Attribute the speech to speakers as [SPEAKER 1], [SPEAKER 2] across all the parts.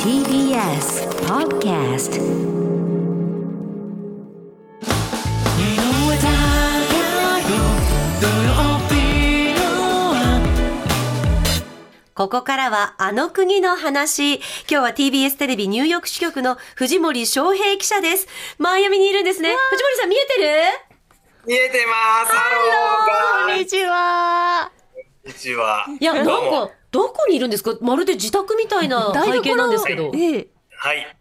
[SPEAKER 1] TBS Podcast ここからはあの国の話。今日は TBS テレビニューヨーク支局の藤森翔平記者です。マイアミにいるんですね。藤森さん見えてる
[SPEAKER 2] 見えてます。ハロー。こんに
[SPEAKER 1] ちは。
[SPEAKER 2] ちは。
[SPEAKER 1] いや、なん
[SPEAKER 2] どうも
[SPEAKER 1] か、どこにいるんですかまるで自宅みたいな体型なんですけど。
[SPEAKER 3] ええ、
[SPEAKER 2] はい。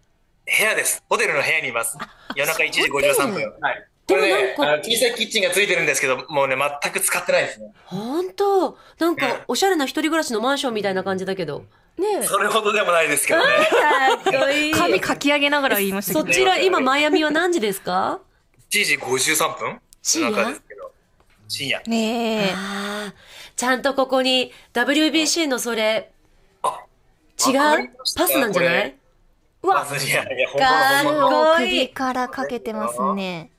[SPEAKER 2] 部屋です。ホテルの部屋にいます。夜中1時53分。はい。
[SPEAKER 1] で
[SPEAKER 2] こ
[SPEAKER 1] も
[SPEAKER 2] れ
[SPEAKER 1] なん
[SPEAKER 2] ね、
[SPEAKER 1] か
[SPEAKER 2] あの小さいキッチンがついてるんですけど、もうね、全く使ってないですね。
[SPEAKER 1] 本当なんか、おしゃれな一人暮らしのマンションみたいな感じだけど。
[SPEAKER 3] ね
[SPEAKER 2] それほどでもないですけどね。
[SPEAKER 1] かっこい
[SPEAKER 3] え、髪かき上げながら言いました
[SPEAKER 1] そ
[SPEAKER 3] けど。
[SPEAKER 1] ちら、今、マイアミは何時ですか
[SPEAKER 2] 1時53分
[SPEAKER 1] 深夜
[SPEAKER 2] 夜中ですけど。深夜。
[SPEAKER 3] ねえ、
[SPEAKER 1] ああ、ちゃんとここに WBC のそれ、
[SPEAKER 2] あ、
[SPEAKER 1] 違
[SPEAKER 2] わかり
[SPEAKER 1] う
[SPEAKER 2] ました
[SPEAKER 1] パスなんじゃな
[SPEAKER 2] こ
[SPEAKER 1] い
[SPEAKER 2] バズり合いや、ほんま
[SPEAKER 1] か
[SPEAKER 2] ほんま
[SPEAKER 1] っこいい
[SPEAKER 3] 首からかけてますね。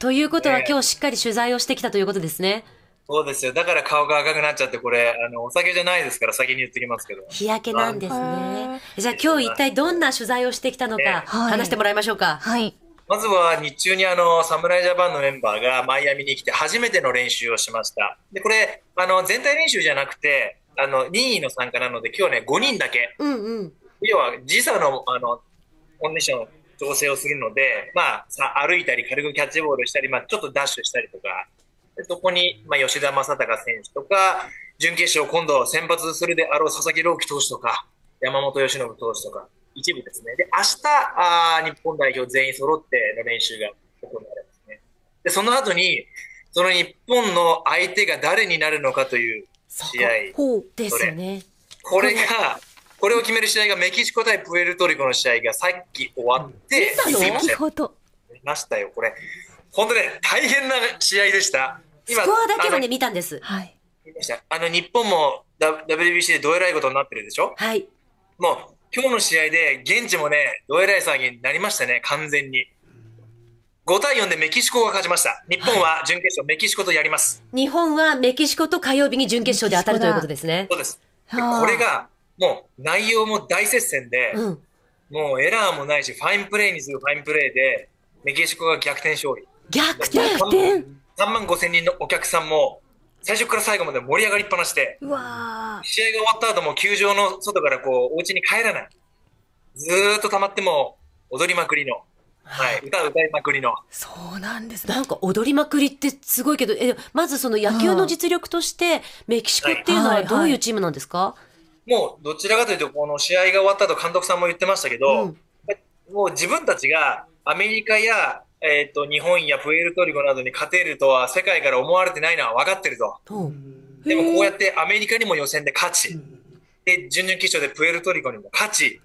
[SPEAKER 1] ということは
[SPEAKER 2] ね
[SPEAKER 1] 今日しっかり取材をしてきたということですね。
[SPEAKER 2] そうですよ。だから顔が赤くなっちゃって、これ、あの、お酒じゃないですから、先に言ってきますけど。
[SPEAKER 1] 日焼けなんです
[SPEAKER 3] は
[SPEAKER 1] ね。じゃあ今日一体どんな取材をしてきたのか
[SPEAKER 2] ね
[SPEAKER 1] 話してもらいましょうか。
[SPEAKER 3] はい。
[SPEAKER 2] まずは日中にあの侍ジャパンのメンバーがマイアミに来て初めての練習をしました。で、これ、あの、全体練習じゃなくて、あの、任意の参加なので、今日ね、5人だけ。
[SPEAKER 1] うんうん。
[SPEAKER 2] 要は時差の、あの、コンディションの調整をするので、まあ、さ歩いたり、軽くキャッチボールしたり、まあ、ちょっとダッシュしたりとか、でそこに、まあ、吉田正尚選手とか、準決勝今度先発するであろう佐々木朗希投手とか、山本由伸投手とか、一部ですね。で、明日、あー日本代表全員揃っての練習が行われますね。で、その後に、その日本の相手が誰になるのかという試合。
[SPEAKER 1] ほうですよね。
[SPEAKER 2] これが、これを決める試合がメキシコ対プエルトリコの試合がさっき終わって、
[SPEAKER 1] 見たの
[SPEAKER 2] 見ましたよ
[SPEAKER 3] ほど。
[SPEAKER 2] 見ましたよ、これ。本当ね、大変な試合でした。
[SPEAKER 1] スコアだけは
[SPEAKER 2] あの
[SPEAKER 1] ね見たんです。
[SPEAKER 3] はい。
[SPEAKER 2] 見ましたあの、日本も W- WBC でどえらいことになってるでしょ
[SPEAKER 1] はい。
[SPEAKER 2] もう、今日の試合で、現地もね、どえらい騒ぎになりましたね、完全に。5対4でメキシコが勝ちました。日本は準決勝、メキシコとやります。
[SPEAKER 1] 日本はメキシコと火曜日に準決勝で当たるということですね
[SPEAKER 2] そ。うです。で
[SPEAKER 3] はあ
[SPEAKER 2] これが、もう内容も大接戦で、
[SPEAKER 1] うん。
[SPEAKER 2] もうエラーもないし、ファインプレーにするファインプレーで、メキシコが逆転勝利。
[SPEAKER 1] 逆転
[SPEAKER 2] 3万5千人のお客さんも、最初から最後まで盛り上がりっぱなしで、
[SPEAKER 3] うわ
[SPEAKER 2] 試合が終わった後も球場の外からこう、お家に帰らない。ずーっと溜まっても、踊りまくりの。はい。歌歌いまくりの。
[SPEAKER 3] そうなんですね。
[SPEAKER 1] なんか踊りまくりってすごいけど、え、まずその野球の実力として、メキシコっていうの
[SPEAKER 3] は
[SPEAKER 1] はいどういうチームなんですか、
[SPEAKER 2] もう、どちらかというと、この試合が終わった後、監督さんも言ってましたけど、
[SPEAKER 1] うん
[SPEAKER 2] もう自分たちがアメリカや、えっ、と、日本やプエルトリコなどに勝てるとは、世界から思われてないのは分かってると。
[SPEAKER 1] うん
[SPEAKER 2] でもこうやってアメリカにも予選で勝ち、で、準々決勝でプエルトリコにも勝ち、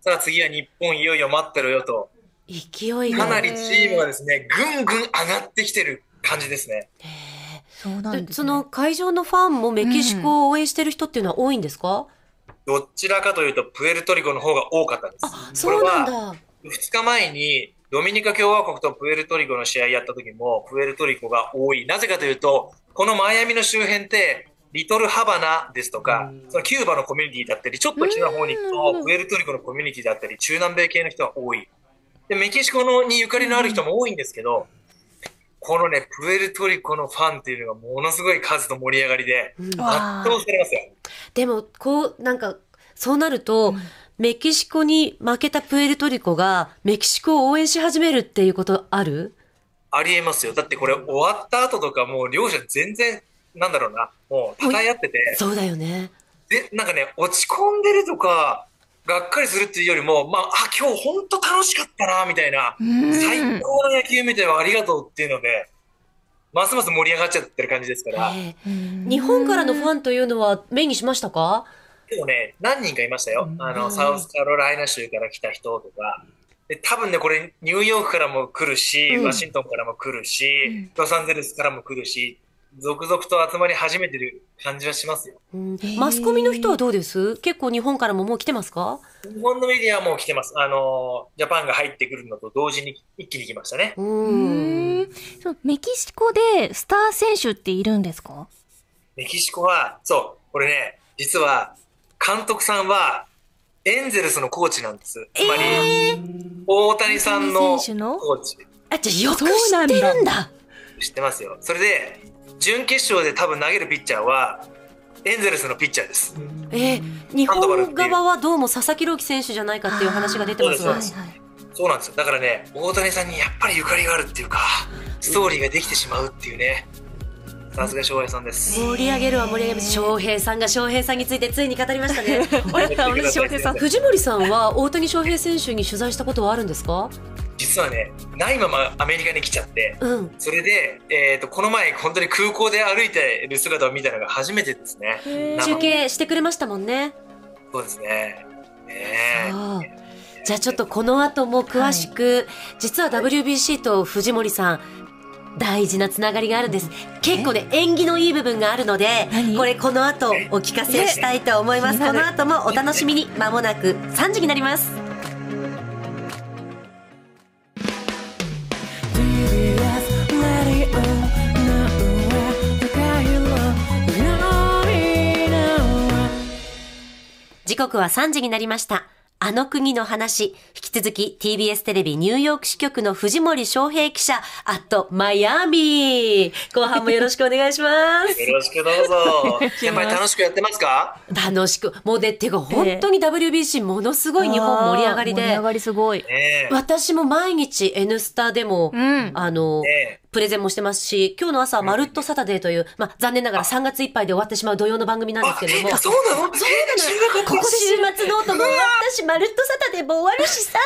[SPEAKER 2] さあ次は日本いよいよ待ってろよと、
[SPEAKER 1] 勢い
[SPEAKER 2] かな
[SPEAKER 1] が。
[SPEAKER 2] りチームがですね、ぐんぐん上がってきてる感じですね。
[SPEAKER 3] そうなん
[SPEAKER 1] で
[SPEAKER 3] です
[SPEAKER 1] そ
[SPEAKER 3] ね。
[SPEAKER 1] の会場のファンもメキシコを応援してる人っていうのは多いんですか、
[SPEAKER 2] どちらかというと、プエルトリコの方が多かったです。
[SPEAKER 1] そうなんだ。
[SPEAKER 2] これは2日前にドミニカ共和国とプエルトリコの試合やった時も、プエルトリコが多い。なぜかというと、このマイアミの周辺って、リトルハバナですとか、そのキューバのコミュニティだったり、ちょっと北の方に行く
[SPEAKER 3] う
[SPEAKER 2] と、
[SPEAKER 3] ん
[SPEAKER 2] プエルトリコのコミュニティだったり、中南米系の人が多い。で、メキシコのにゆかりのある人も多いんですけど、このね、プエルトリコのファンっていうのがものすごい数の盛り上がりで、
[SPEAKER 1] うん
[SPEAKER 3] わ
[SPEAKER 2] 圧倒されますよ。
[SPEAKER 1] でも、こう、なんか、そうなると、メキシコに負けたプエルトリコが、メキシコを応援し始めるっていうことある
[SPEAKER 2] ありえますよ。だってこれ終わった後とかもう両者全然、なんだろうな、もう戦い合ってて、
[SPEAKER 1] そうだよね。
[SPEAKER 2] で、なんかね、落ち込んでるとか、がっかりするっていうよりも、まあ、あ、今日本当楽しかったな、みたいな、
[SPEAKER 3] ん
[SPEAKER 2] 最高の野球見てありがとうっていうので、ますます盛り上がっちゃってる感じですから、
[SPEAKER 1] ええ日
[SPEAKER 3] 日
[SPEAKER 1] 本からのファンというのは目にしましたか
[SPEAKER 2] でもね、何人かいましたよ。あの、サウスカロライナ州から来た人とか、で多分ね、これ、ニューヨークからも来るし、
[SPEAKER 1] うん
[SPEAKER 2] ワシントンからも来るし、ロサンゼルスからも来るし、続々と集まり始めてる感じはしますよ。
[SPEAKER 1] うん
[SPEAKER 3] ー
[SPEAKER 1] マスコミの人はどうです結構日本からももう来てますか
[SPEAKER 2] 日本のメディアも来てます。あの、ジャパンが入ってくるのと同時に一気に来ましたね。
[SPEAKER 1] う
[SPEAKER 3] う
[SPEAKER 1] ーん。
[SPEAKER 3] ん。そうメキシコでスター選手っているんですか
[SPEAKER 2] メキシコは、そう、これね、実は、監督さんは、エンゼルスのコーチなんです。
[SPEAKER 3] え
[SPEAKER 2] つまり、大谷さんの
[SPEAKER 3] 大谷選手の
[SPEAKER 2] コーチ。
[SPEAKER 1] あ、じゃあよく知ってる
[SPEAKER 4] そ
[SPEAKER 1] ん
[SPEAKER 4] う
[SPEAKER 1] だ。
[SPEAKER 2] 知ってますよ。それで、準決勝で多分投げるピッチャーは、エンゼルスのピッチャーです。
[SPEAKER 1] えー日本側はどうも佐々木朗希選手じゃないかっていう話が出てます
[SPEAKER 2] そう
[SPEAKER 1] が
[SPEAKER 2] で
[SPEAKER 3] は
[SPEAKER 2] す
[SPEAKER 3] いはい。
[SPEAKER 2] そうなんですよ。だからね、大谷さんにやっぱりゆかりがあるっていうか、ストーリーができてしまうっていうね。さすが翔平さんです。
[SPEAKER 1] 盛り上げるは盛り上げます。翔平さんが翔平さんについてついに語りましたね。
[SPEAKER 2] 同じ翔平さん
[SPEAKER 1] 藤森さんは大谷翔平選手に取材したことはあるんですか？
[SPEAKER 2] 実はね、ないままアメリカに来ちゃって、
[SPEAKER 1] うん。
[SPEAKER 2] それで、えー、とこの前、本当に空港で歩いてる姿を見たのが初めてですね。
[SPEAKER 1] 中継してくれましたもんね。
[SPEAKER 2] そうですね。ねえ
[SPEAKER 1] ああじゃあちょっとこの後も詳しく、実は WBC と藤森さん大事なつながりがあるんです。結構ね縁起のいい部分があるので、
[SPEAKER 4] 何
[SPEAKER 1] これこの後お聞かせしたいと思います。この後もお楽しみに。まもなく3時になります。
[SPEAKER 4] TBS ラディオ
[SPEAKER 1] 時刻は3時になりました。あの国の話、引き続き TBS テレビニューヨーク支局の藤森翔平記者、アットマイアミ。後半もよろしくお願いします。
[SPEAKER 2] よろしくど うぞ。やっぱり楽しくやってますか
[SPEAKER 1] 楽しく、もうね、てか本当に WBC ものすごい日本盛り上がり
[SPEAKER 3] 盛り
[SPEAKER 1] で
[SPEAKER 3] 上、がりすごい。
[SPEAKER 2] ねえ。
[SPEAKER 1] 私も毎日 N スタでも
[SPEAKER 3] う、ん。
[SPEAKER 1] あの、
[SPEAKER 2] ね
[SPEAKER 1] プレゼンもしてますし、今日の朝はまるっとサタデーという、まあ残念ながら3月いっぱいで終わってしまう土曜の番組なん
[SPEAKER 2] え、
[SPEAKER 1] で
[SPEAKER 2] あ
[SPEAKER 1] す、けれども
[SPEAKER 2] え、。そうなの
[SPEAKER 1] そうなの
[SPEAKER 2] え知らなかった
[SPEAKER 1] ここで週末ノートも終わったし、まるっとサタデーも終わるしさ。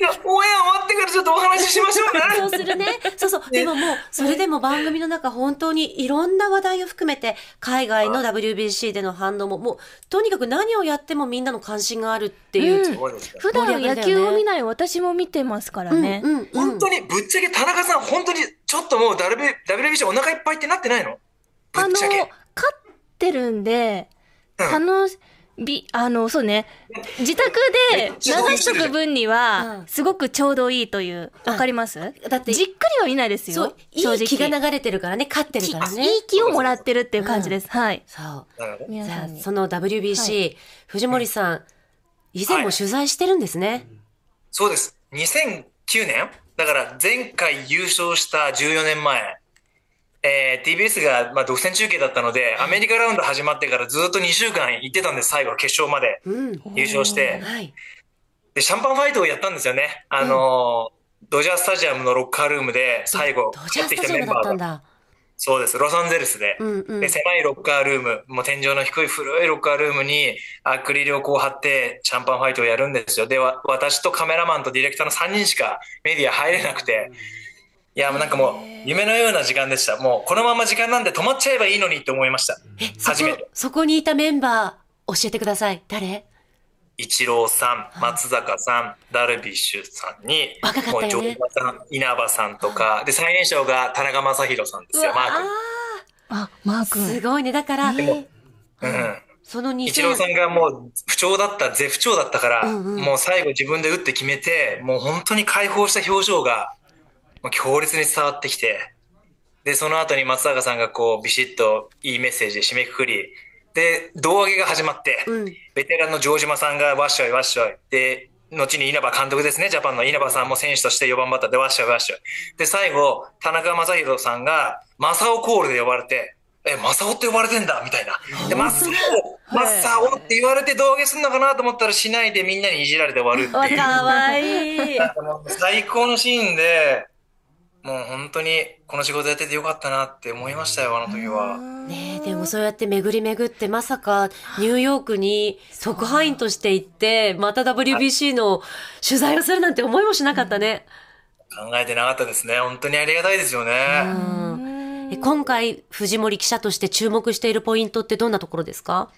[SPEAKER 2] いやオンエア終わってからちょっとお話ししましょ
[SPEAKER 1] そうう
[SPEAKER 2] ね。
[SPEAKER 1] す るね。そうそう。でももう、それでも番組の中本当にいろんな話題を含めて、海外の WBC での反応も、もう、とにかく何をやってもみんなの関心があるっていう。
[SPEAKER 3] う ん
[SPEAKER 2] そうですね
[SPEAKER 3] 普段野球を見ない私も見てますからね。
[SPEAKER 1] うんうん
[SPEAKER 2] 本当に、ぶっちゃけ田中さん、本当にちょっともう WB- WBC お腹いっぱいってなってないのぶ
[SPEAKER 3] あ
[SPEAKER 2] っ
[SPEAKER 3] の、
[SPEAKER 2] ちゃけ。
[SPEAKER 3] 勝ってるんで、
[SPEAKER 2] うん
[SPEAKER 3] 楽し、び、あの、そうね、自宅で流しとく分に
[SPEAKER 1] うん
[SPEAKER 3] は、すごくちょうどいいという、
[SPEAKER 1] うん
[SPEAKER 3] わかります
[SPEAKER 1] だって
[SPEAKER 3] じっくりは見ないです
[SPEAKER 1] そう
[SPEAKER 3] よ。、
[SPEAKER 1] い
[SPEAKER 3] 正
[SPEAKER 1] い気が
[SPEAKER 3] 直。
[SPEAKER 1] 流れてるからね、勝ってるからね
[SPEAKER 3] い。い気をもらってるっていう感じです。はい。
[SPEAKER 1] そう。
[SPEAKER 2] なるほど
[SPEAKER 1] じ
[SPEAKER 3] 皆
[SPEAKER 1] ゃ
[SPEAKER 3] さ
[SPEAKER 1] あ、
[SPEAKER 3] んに。
[SPEAKER 1] その WBC、藤森さん、以前も取材してるんですね。
[SPEAKER 2] そうです。2009年だから前回優勝した14年前、えー TBS がまあ独占中継だったので、アメリカラウンド始まってからずっと2週間行ってたんです、最後、決勝まで
[SPEAKER 1] うん。
[SPEAKER 2] 優勝して。
[SPEAKER 1] はい。
[SPEAKER 2] で、シャンパンファイトをやったんですよね。あのードジャースタジアムのロッカールームで最後、
[SPEAKER 1] ドジャ
[SPEAKER 2] 帰
[SPEAKER 1] ー
[SPEAKER 2] って
[SPEAKER 1] スタ
[SPEAKER 2] きた
[SPEAKER 1] ジアム
[SPEAKER 2] メン
[SPEAKER 1] だ
[SPEAKER 2] バ
[SPEAKER 1] った
[SPEAKER 2] ー
[SPEAKER 1] ん
[SPEAKER 2] が。
[SPEAKER 1] だ。
[SPEAKER 2] そうです、ロサンゼルスで。
[SPEAKER 1] うんうん
[SPEAKER 2] で、。狭いロッカールーム、もう天井の低い古いロッカールームにアクリルをこう貼ってシャンパンファイトをやるんですよ。で、わ私とカメラマンとディレクターの3人しかメディア入れなくて、いや、もうなんかもう夢のような時間でした。もうこのまま時間なんで止まっちゃえばいいのにって思いました。
[SPEAKER 1] え、そ
[SPEAKER 2] 初め
[SPEAKER 1] こ
[SPEAKER 2] て、
[SPEAKER 1] そこにいたメンバー、教えてください。誰
[SPEAKER 2] イチローさん、松坂さん、ダルビッシュさんに
[SPEAKER 1] 若かっ、
[SPEAKER 2] も
[SPEAKER 1] た
[SPEAKER 2] う
[SPEAKER 1] よね
[SPEAKER 2] 馬さん、稲葉さんとか、で、最年少が田中将大さんですよ、マー
[SPEAKER 4] あ、マー君
[SPEAKER 1] すごいね。だから、
[SPEAKER 2] 君。うん。
[SPEAKER 1] その
[SPEAKER 2] イチローさ
[SPEAKER 1] 2000
[SPEAKER 2] んがもう不調だった、絶不調だったから、
[SPEAKER 1] うんうん
[SPEAKER 2] もう最後自分で打って決めて、もう本当に解放した表情が、もう強烈に伝わってきて、で、その後に松坂さんがこう、ビシッといいメッセージで締めくくり、で、胴上げが始まって、
[SPEAKER 1] うん
[SPEAKER 2] ベテランの城島さんがわっしょいわっしょい、で、後に稲葉監督ですね、ジャパンの稲葉さんも選手として4番バッターでわっしょいわっしょい。で、最後、田中将大さんが、正雄コールで呼ばれて、え、正雄って呼ばれてんだ、みたいな。で、正雄、正雄って言われて胴上げすんのかなと思ったらしないでみんなにいじられて終わるっていう。
[SPEAKER 1] かわいい。
[SPEAKER 2] 最高のシーンで、もう本当にこの仕事やっててよかったなって思いましたよ、あの時は。
[SPEAKER 1] ねえ、でもそうやって巡り巡って、まさかニューヨークに特派員として行って、また WBC の取材をするなんて思いもしなかったね。
[SPEAKER 2] 考えてなかったですね。本当にありがたいですよね。
[SPEAKER 1] うんえ今回、藤森記者として注目しているポイントってどんなところですか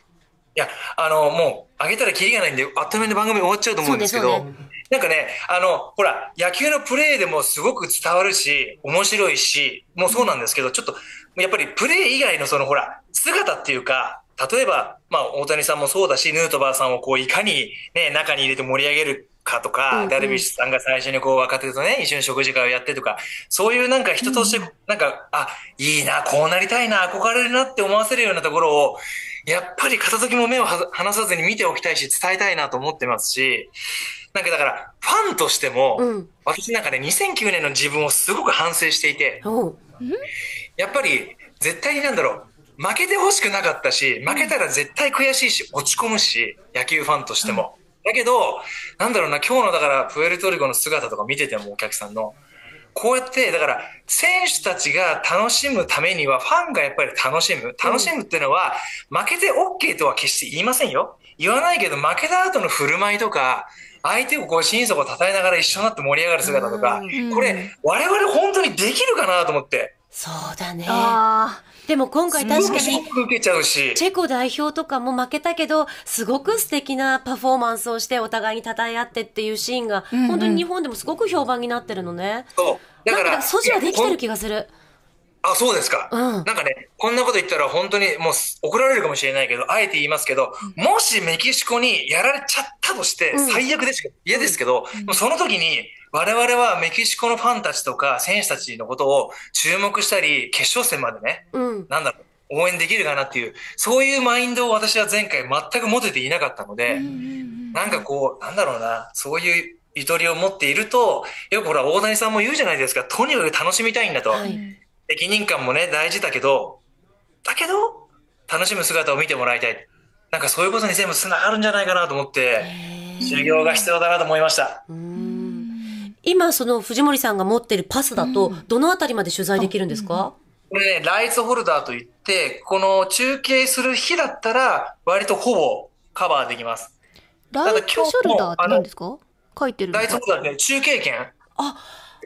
[SPEAKER 2] いや、あの、もう、あげたらキリがないんで、あっという間に番組終わっちゃうと思うんですけ
[SPEAKER 1] そう
[SPEAKER 2] ど
[SPEAKER 1] ね、
[SPEAKER 2] なんかね、あの、ほら、野球のプレーでもすごく伝わるし、面白いし、もうそうなんですけど、ちょっと、やっぱりプレー以外のその、ほら、姿っていうか、例えば、まあ、大谷さんもそうだし、ヌートバーさんをこう、いかにね、中に入れて盛り上げるかとか、ダルビッシュさんが最初にこう若手とね、一緒に食事会をやってとか、そういうなんか人として、なんか、あ、いいな、こうなりたいな、憧れるなって思わせるようなところを、やっぱり片時も目をは離さずに見ておきたいし、伝えたいなと思ってますし、なんかだから、ファンとしても、
[SPEAKER 1] うん。
[SPEAKER 2] 私なんかね、2009年の自分をすごく反省していて、
[SPEAKER 1] おう
[SPEAKER 2] やっぱり絶対になんだろう、負けてほしくなかったし、負けたら絶対悔しいし、落ち込むし、野球ファンとしても。だけど、なんだろうな、今日のだから、プエルトリコの姿とか見ててもお客さんの、こうやって、だから、選手たちが楽しむためには、ファンがやっぱり楽しむ。楽しむっていうのは、負けて OK とは決して言いませんよ。言わないけど、負けた後の振る舞いとか、相手をこう、心底叩いながら一緒になって盛り上がる姿とか
[SPEAKER 3] うん、
[SPEAKER 2] これ、我々本当にできるかなと思って。
[SPEAKER 1] そうだね。
[SPEAKER 3] あ
[SPEAKER 1] でも今回確か
[SPEAKER 2] すご
[SPEAKER 1] に
[SPEAKER 2] くショック受けちゃうし、
[SPEAKER 1] チェコ代表とかも負けたけど、すごく素敵なパフォーマンスをしてお互いに称え合ってっていうシーンが、
[SPEAKER 3] うんうん
[SPEAKER 1] 本当に日本でもすごく評判になってるのね。
[SPEAKER 2] そう。だ
[SPEAKER 1] な
[SPEAKER 2] か
[SPEAKER 1] ん
[SPEAKER 2] ら、
[SPEAKER 1] か素地はできてる
[SPEAKER 2] いや
[SPEAKER 1] 気がする。
[SPEAKER 2] ほんあ、そうですか。
[SPEAKER 1] うん
[SPEAKER 2] なんかね、こんなこと言ったら本当にもうす怒られるかもしれないけど、あえて言いますけど、もしメキシコにやられちゃったとして、
[SPEAKER 1] うん
[SPEAKER 2] 最悪ですけど、嫌ですけど、でもその時に、我々はメキシコのファンたちとか選手たちのことを注目したり、決勝戦までね、
[SPEAKER 1] うん。
[SPEAKER 2] なんだろう、応援できるかなっていう、そういうマインドを私は前回全く持てていなかったので、なんかこう、なんだろうな、そういうゆとりを持っていると、よくほら、大谷さんも言うじゃないですか、とにかく楽しみたいんだと。
[SPEAKER 1] はい
[SPEAKER 2] 責任感もね、大事だけど、だけど、楽しむ姿を見てもらいたい。なんかそういうことに全部繋がるんじゃないかなと思って、
[SPEAKER 1] へー
[SPEAKER 2] 修行が必要だなと思いました。
[SPEAKER 1] うん今その藤森さんが持ってるパスだと、どのあたりまで取材できるんですか
[SPEAKER 2] これね、ライツホルダーといって、この中継する日だったら、割とほぼカバーできます。
[SPEAKER 3] ライトショルダーって何ですか書いてるの
[SPEAKER 2] ライツホルダーね、中継権。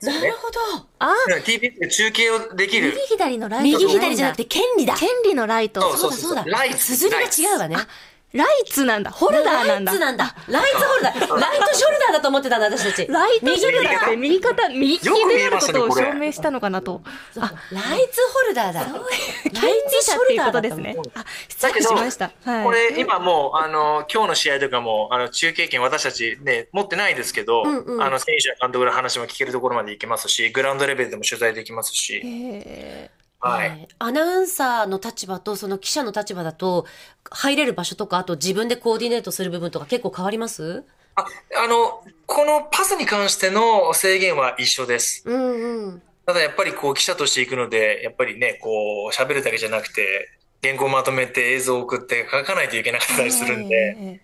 [SPEAKER 1] なるほど。
[SPEAKER 3] あ、
[SPEAKER 2] TBS で中継をできる
[SPEAKER 3] 右。左のライト。
[SPEAKER 1] 右左じゃなく
[SPEAKER 3] て。
[SPEAKER 1] て権利だ。
[SPEAKER 3] 権利のライト。
[SPEAKER 1] そうだそうだ。
[SPEAKER 2] ライツ
[SPEAKER 1] 綴りが違うわね。
[SPEAKER 3] あ、ライツなんだ。ホルダーなんだ
[SPEAKER 1] ライツ。なんだ。ライツホルダー。ライトショルダーだと思ってたの、私たち。
[SPEAKER 3] ライトショルダーって右肩、右利きであることを
[SPEAKER 2] よく見えますねこれ
[SPEAKER 3] 証明したのかなと。あ、
[SPEAKER 1] ライツホルダーだ。ライ
[SPEAKER 3] 権利
[SPEAKER 1] ツ
[SPEAKER 3] 者
[SPEAKER 1] シ
[SPEAKER 3] っ
[SPEAKER 1] ョ
[SPEAKER 3] て
[SPEAKER 1] ル
[SPEAKER 3] いう
[SPEAKER 1] ダ
[SPEAKER 3] こ
[SPEAKER 1] ーだ
[SPEAKER 3] と
[SPEAKER 1] と
[SPEAKER 3] で
[SPEAKER 1] 思
[SPEAKER 3] す
[SPEAKER 1] う
[SPEAKER 3] ね。あ、失礼しました。はい。
[SPEAKER 2] これ今もう、あの、今日の試合とかも、あの、中継権私たちね、持ってないですけど、
[SPEAKER 1] んうん
[SPEAKER 2] あの、選手や監督の話も聞けるところまで行けますし、グラウンドレベルでも取材できますし、
[SPEAKER 3] へ
[SPEAKER 2] はい。
[SPEAKER 1] ねアナウンサーの立場とその記者の立場だと入れる場所とかあと自分でコーディネートする部分とか結構変わります
[SPEAKER 2] あ、あの、このパスに関しての制限は一緒です。
[SPEAKER 1] うんうん。
[SPEAKER 2] ただやっぱりこう記者として行くので、やっぱりね、こう喋るだけじゃなくて、原稿まとめて映像を送って書かないといけなかったり
[SPEAKER 3] ー
[SPEAKER 2] するんで、。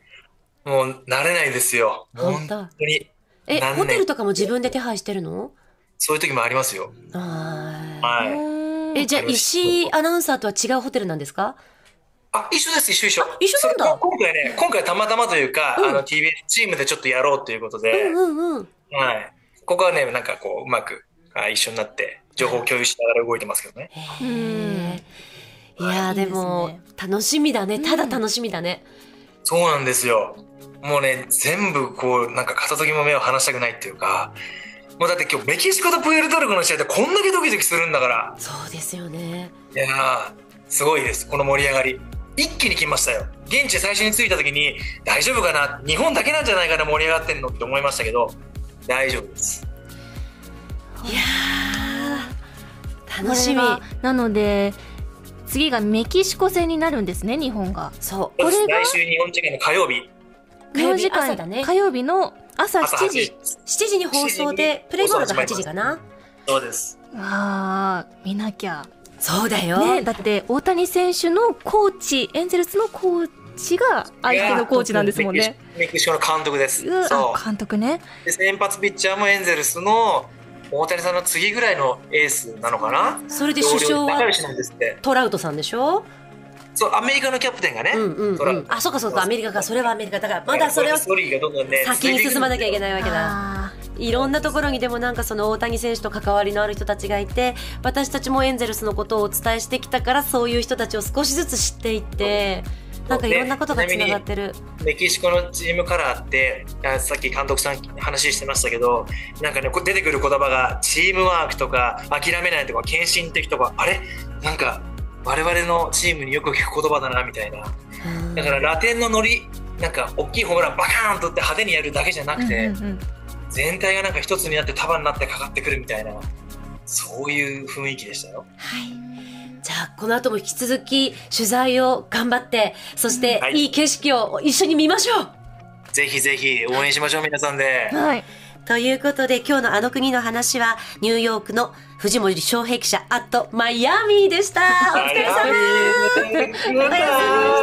[SPEAKER 2] もう慣れないですよ。
[SPEAKER 1] 本
[SPEAKER 2] 本
[SPEAKER 1] 当
[SPEAKER 2] 当に。
[SPEAKER 1] え、
[SPEAKER 2] 何年
[SPEAKER 1] ホテルとかも自分で手配してるの
[SPEAKER 2] そういう時もありますよ。
[SPEAKER 1] は
[SPEAKER 3] へ
[SPEAKER 2] はい。
[SPEAKER 3] ー
[SPEAKER 1] い。え、じゃあ
[SPEAKER 2] あります
[SPEAKER 1] 石井アナウンサーとは違うホテルなんですか
[SPEAKER 2] あ、一緒です、一緒一緒。
[SPEAKER 1] 一緒なんだ
[SPEAKER 2] それ今回ね、今回たまたまというか、
[SPEAKER 1] うん
[SPEAKER 2] あの TBS チームでちょっとやろうということで、
[SPEAKER 1] うんうんうん。
[SPEAKER 2] はい。ここはね、なんかこう、うまく、あ一緒になって、情報共有しながら動いてますけどね。
[SPEAKER 1] へーいやー
[SPEAKER 3] いいで
[SPEAKER 1] です
[SPEAKER 3] ね
[SPEAKER 1] も楽しみだね。ただ楽しみだね。
[SPEAKER 2] そうなんですよ。もうね、全部こう、なんか片時も目を離したくないっていうか、もうだって今日メキシコとプエルトルコの試合でこんだけドキドキするんだから、
[SPEAKER 1] そうですよね。
[SPEAKER 2] いやー、すごいです、この盛り上がり。一気に来ましたよ。現地最初に着いた時に、大丈夫かな日本だけなんじゃないかな盛り上がってんのって思いましたけど、大丈夫です。
[SPEAKER 1] いやー楽し
[SPEAKER 3] これ
[SPEAKER 1] み。
[SPEAKER 3] がなので次がメキシコ戦になるんですね日本が
[SPEAKER 1] そ
[SPEAKER 3] これが
[SPEAKER 2] 来週日本時間の火曜日
[SPEAKER 1] 火曜日
[SPEAKER 3] 日本時間
[SPEAKER 1] 朝だね
[SPEAKER 3] 火曜日の朝
[SPEAKER 2] 朝
[SPEAKER 3] 7
[SPEAKER 2] 8
[SPEAKER 3] 時
[SPEAKER 2] 時。
[SPEAKER 1] う。7時に放送で、プレイボールが8時かな。
[SPEAKER 2] そうです。
[SPEAKER 3] あー見なきゃ
[SPEAKER 1] そうだよ。
[SPEAKER 3] ねだって大谷選手のコーチエンゼルスのコーチが相手のコーチなんですもんね
[SPEAKER 2] メキシコの監督です。
[SPEAKER 3] う
[SPEAKER 2] そ
[SPEAKER 3] わあ監督ね
[SPEAKER 2] う。で先発ピッチャーもエンゼルスの大谷さんの次ぐらいのエースなのかな。
[SPEAKER 1] それで首相
[SPEAKER 2] 同僚で仲
[SPEAKER 1] は
[SPEAKER 2] 良しなんですって。
[SPEAKER 1] トラウトさんでしょ
[SPEAKER 2] そうアメリカのキャプテンがね。
[SPEAKER 1] うんうん
[SPEAKER 2] ト
[SPEAKER 1] う
[SPEAKER 2] ラウ
[SPEAKER 1] ん。
[SPEAKER 2] ト
[SPEAKER 1] あ、そうかそうか、アメリカか。それはアメリカ。だから、まだそれを
[SPEAKER 2] ストーリーがどんどんね
[SPEAKER 1] 先に進まなきゃいけないわけだ。
[SPEAKER 3] あ
[SPEAKER 1] いろんなところにでもなんかその大谷選手と関わりのある人たちがいて、私たちもエンゼルスのことをお伝えしてきたから、そういう人たちを少しずつ知っていって、なんかいろんなことがつながってる。
[SPEAKER 2] メキシコのチームカラーってあさっき監督さん話してましたけどなんかねこう出てくる言葉がチームワークとか諦めないとか献身的とかあれなんか我々のチームによく聞く言葉だなみたいな
[SPEAKER 1] うん
[SPEAKER 2] だからラテンのノリなんか大きいホームランバカーンと打って派手にやるだけじゃなくて、
[SPEAKER 3] うんうんうん
[SPEAKER 2] 全体がなんか一つになって束になってかかってくるみたいなそういう雰囲気でしたよ。
[SPEAKER 1] じゃあ、この後も引き続き取材を頑張って、そして
[SPEAKER 2] はい
[SPEAKER 1] いい景色を一緒に見ましょう、
[SPEAKER 2] ぜひぜひ応援しましょう皆さんで。
[SPEAKER 3] はい。
[SPEAKER 1] ということで、今日のあの国の話は、ニューヨークの藤森翔平記者、アットマイアミでした。お疲れ様
[SPEAKER 2] はい
[SPEAKER 1] おやすみ